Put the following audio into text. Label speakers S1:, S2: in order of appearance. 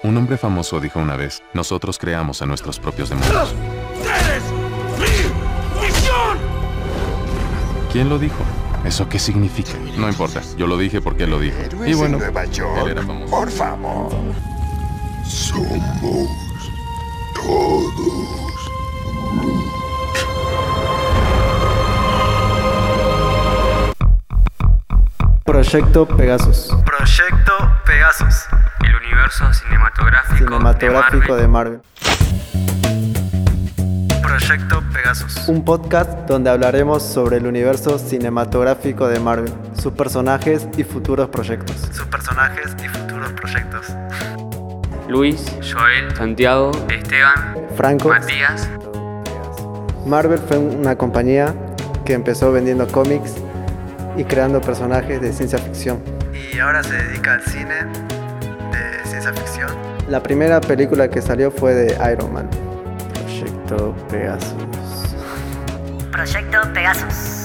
S1: Un hombre famoso dijo una vez, nosotros creamos a nuestros propios demonios.
S2: ¡Eres mi misión!
S1: ¿Quién lo dijo? ¿Eso qué significa? No importa, yo lo dije porque él lo dijo.
S3: Héroes
S1: Y bueno,
S3: en Nueva York.
S1: era famoso.
S3: Por favor.
S4: Somos todos.
S5: Proyecto Pegasus.
S6: Proyecto Pegasus, el universo cinematográfico,
S5: Cinematográfico
S6: de
S5: de Marvel.
S6: Marvel. Proyecto Pegasus.
S5: Un podcast donde hablaremos sobre el universo cinematográfico de Marvel, sus personajes y futuros proyectos.
S6: Sus personajes y futuros proyectos.
S7: Luis,
S6: Joel,
S7: Santiago,
S6: Esteban,
S5: Franco.
S6: Matías.
S5: Marvel fue una compañía que empezó vendiendo cómics y creando personajes de ciencia ficción.
S6: Y ahora se dedica al cine de ciencia ficción.
S5: La primera película que salió fue de Iron Man. Proyecto Pegasus.
S8: Proyecto Pegasus.